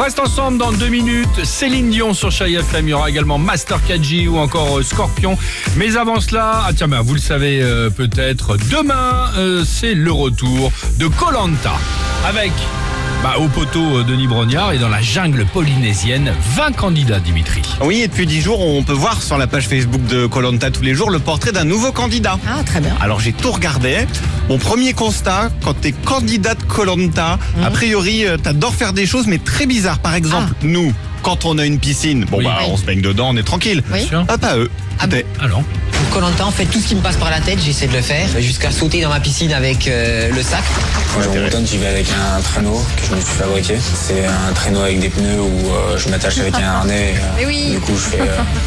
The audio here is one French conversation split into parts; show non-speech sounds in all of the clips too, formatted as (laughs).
reste ensemble dans deux minutes. Céline Dion sur Chai FM. Il y aura également Master Kaji ou encore euh, Scorpion. Mais avant cela, ah tiens, ben, vous le savez euh, peut-être, demain, euh, c'est le retour de Colanta avec bah, au poteau euh, Denis Brognard et dans la jungle polynésienne 20 candidats, Dimitri. Oui, et depuis 10 jours, on peut voir sur la page Facebook de Colanta tous les jours le portrait d'un nouveau candidat. Ah, très bien. Alors j'ai tout regardé. Mon premier constat, quand t'es candidat de Colanta, a priori, euh, t'adores faire des choses, mais très bizarres. Par exemple, nous, quand on a une piscine, bon Oui. bah Oui. on se baigne dedans, on est tranquille. Oui. Sûr Hop à eux. Ah bon. T'es- Alors Pour Colanta, en fait, tout ce qui me passe par la tête, j'essaie de le faire, Bah, jusqu'à sauter dans ma piscine avec euh, le sac. Quand je bretonne, j'y vais avec un traîneau que je me suis fabriqué. C'est un traîneau avec des pneus où euh, je m'attache avec un harnais. et, euh, Mais oui. Du coup, je, fais, euh,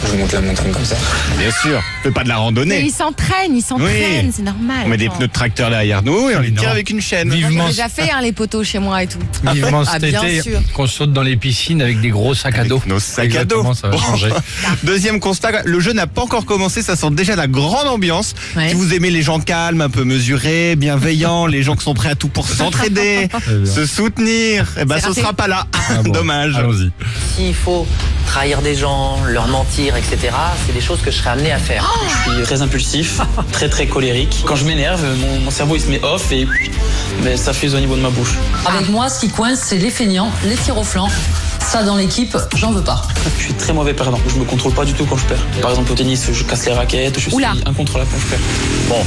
(laughs) je monte la montagne comme ça. Bien sûr, fais pas de la Mais randonnée. ils s'entraînent, ils s'entraînent, Oui. c'est normal. On met des attends. pneus de tracteur derrière nous et on Mais les tire non. avec une chaîne. Vive- J'en Vivement- ai déjà fait hein, les poteaux chez moi et tout. Vivement Ah, cet bien été sûr. qu'on saute dans les piscines avec des gros sacs à Avec dos. nos sacs à dos. Exactement, ça va Bon. changer. Deuxième constat, le jeu n'a pas encore commencé, ça sent déjà la grande ambiance. Ouais. Si vous aimez les gens calmes, un peu mesurés, bienveillants, les gens qui sont prêts à tout pour s'entraider, bien. se soutenir, eh ben C'est ce raté. sera pas là. (laughs) Ah bon, (laughs) Dommage. Allons-y. S'il faut trahir des gens, leur mentir, etc., c'est des choses que je serais amené à faire. Je suis très impulsif, très très colérique. Quand je m'énerve, mon, mon cerveau il se met off et ben, ça fuse au niveau de ma bouche. Ah. Avec moi, ce qui coince, c'est les feignants, les tirs au flanc. Ça, dans l'équipe, j'en veux pas. Je suis très mauvais perdant. Je me contrôle pas du tout quand je perds. Par exemple au tennis, je casse les raquettes, je suis Oula. incontrôlable quand je perds. Bon,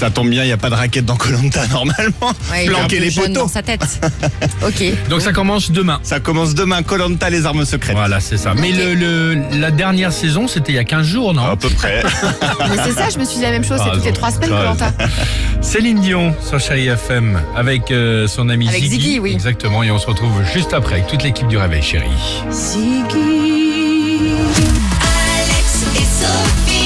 ça tombe bien, il n'y a pas de raquette dans Colanta (laughs) normalement. Ouais, il est un Planquer peu les jeune poteaux. Dans sa (laughs) tête. Ok. Donc ça commence demain. Ça commence demain, Colanta les armes secrètes. Voilà, c'est ça. Mais le, le- la dernière saison, c'était il y a 15 jours, non À peu près. Mais c'est ça, je me suis dit la même chose, Ah, c'est toutes les non. trois semaines, Ah, Colanta. Céline Dion sur Chérie FM avec euh, son ami Avec Ziggy. Ziggy, oui. Exactement, et on se retrouve juste après avec toute l'équipe du Réveil Chérie. Alex et Sophie.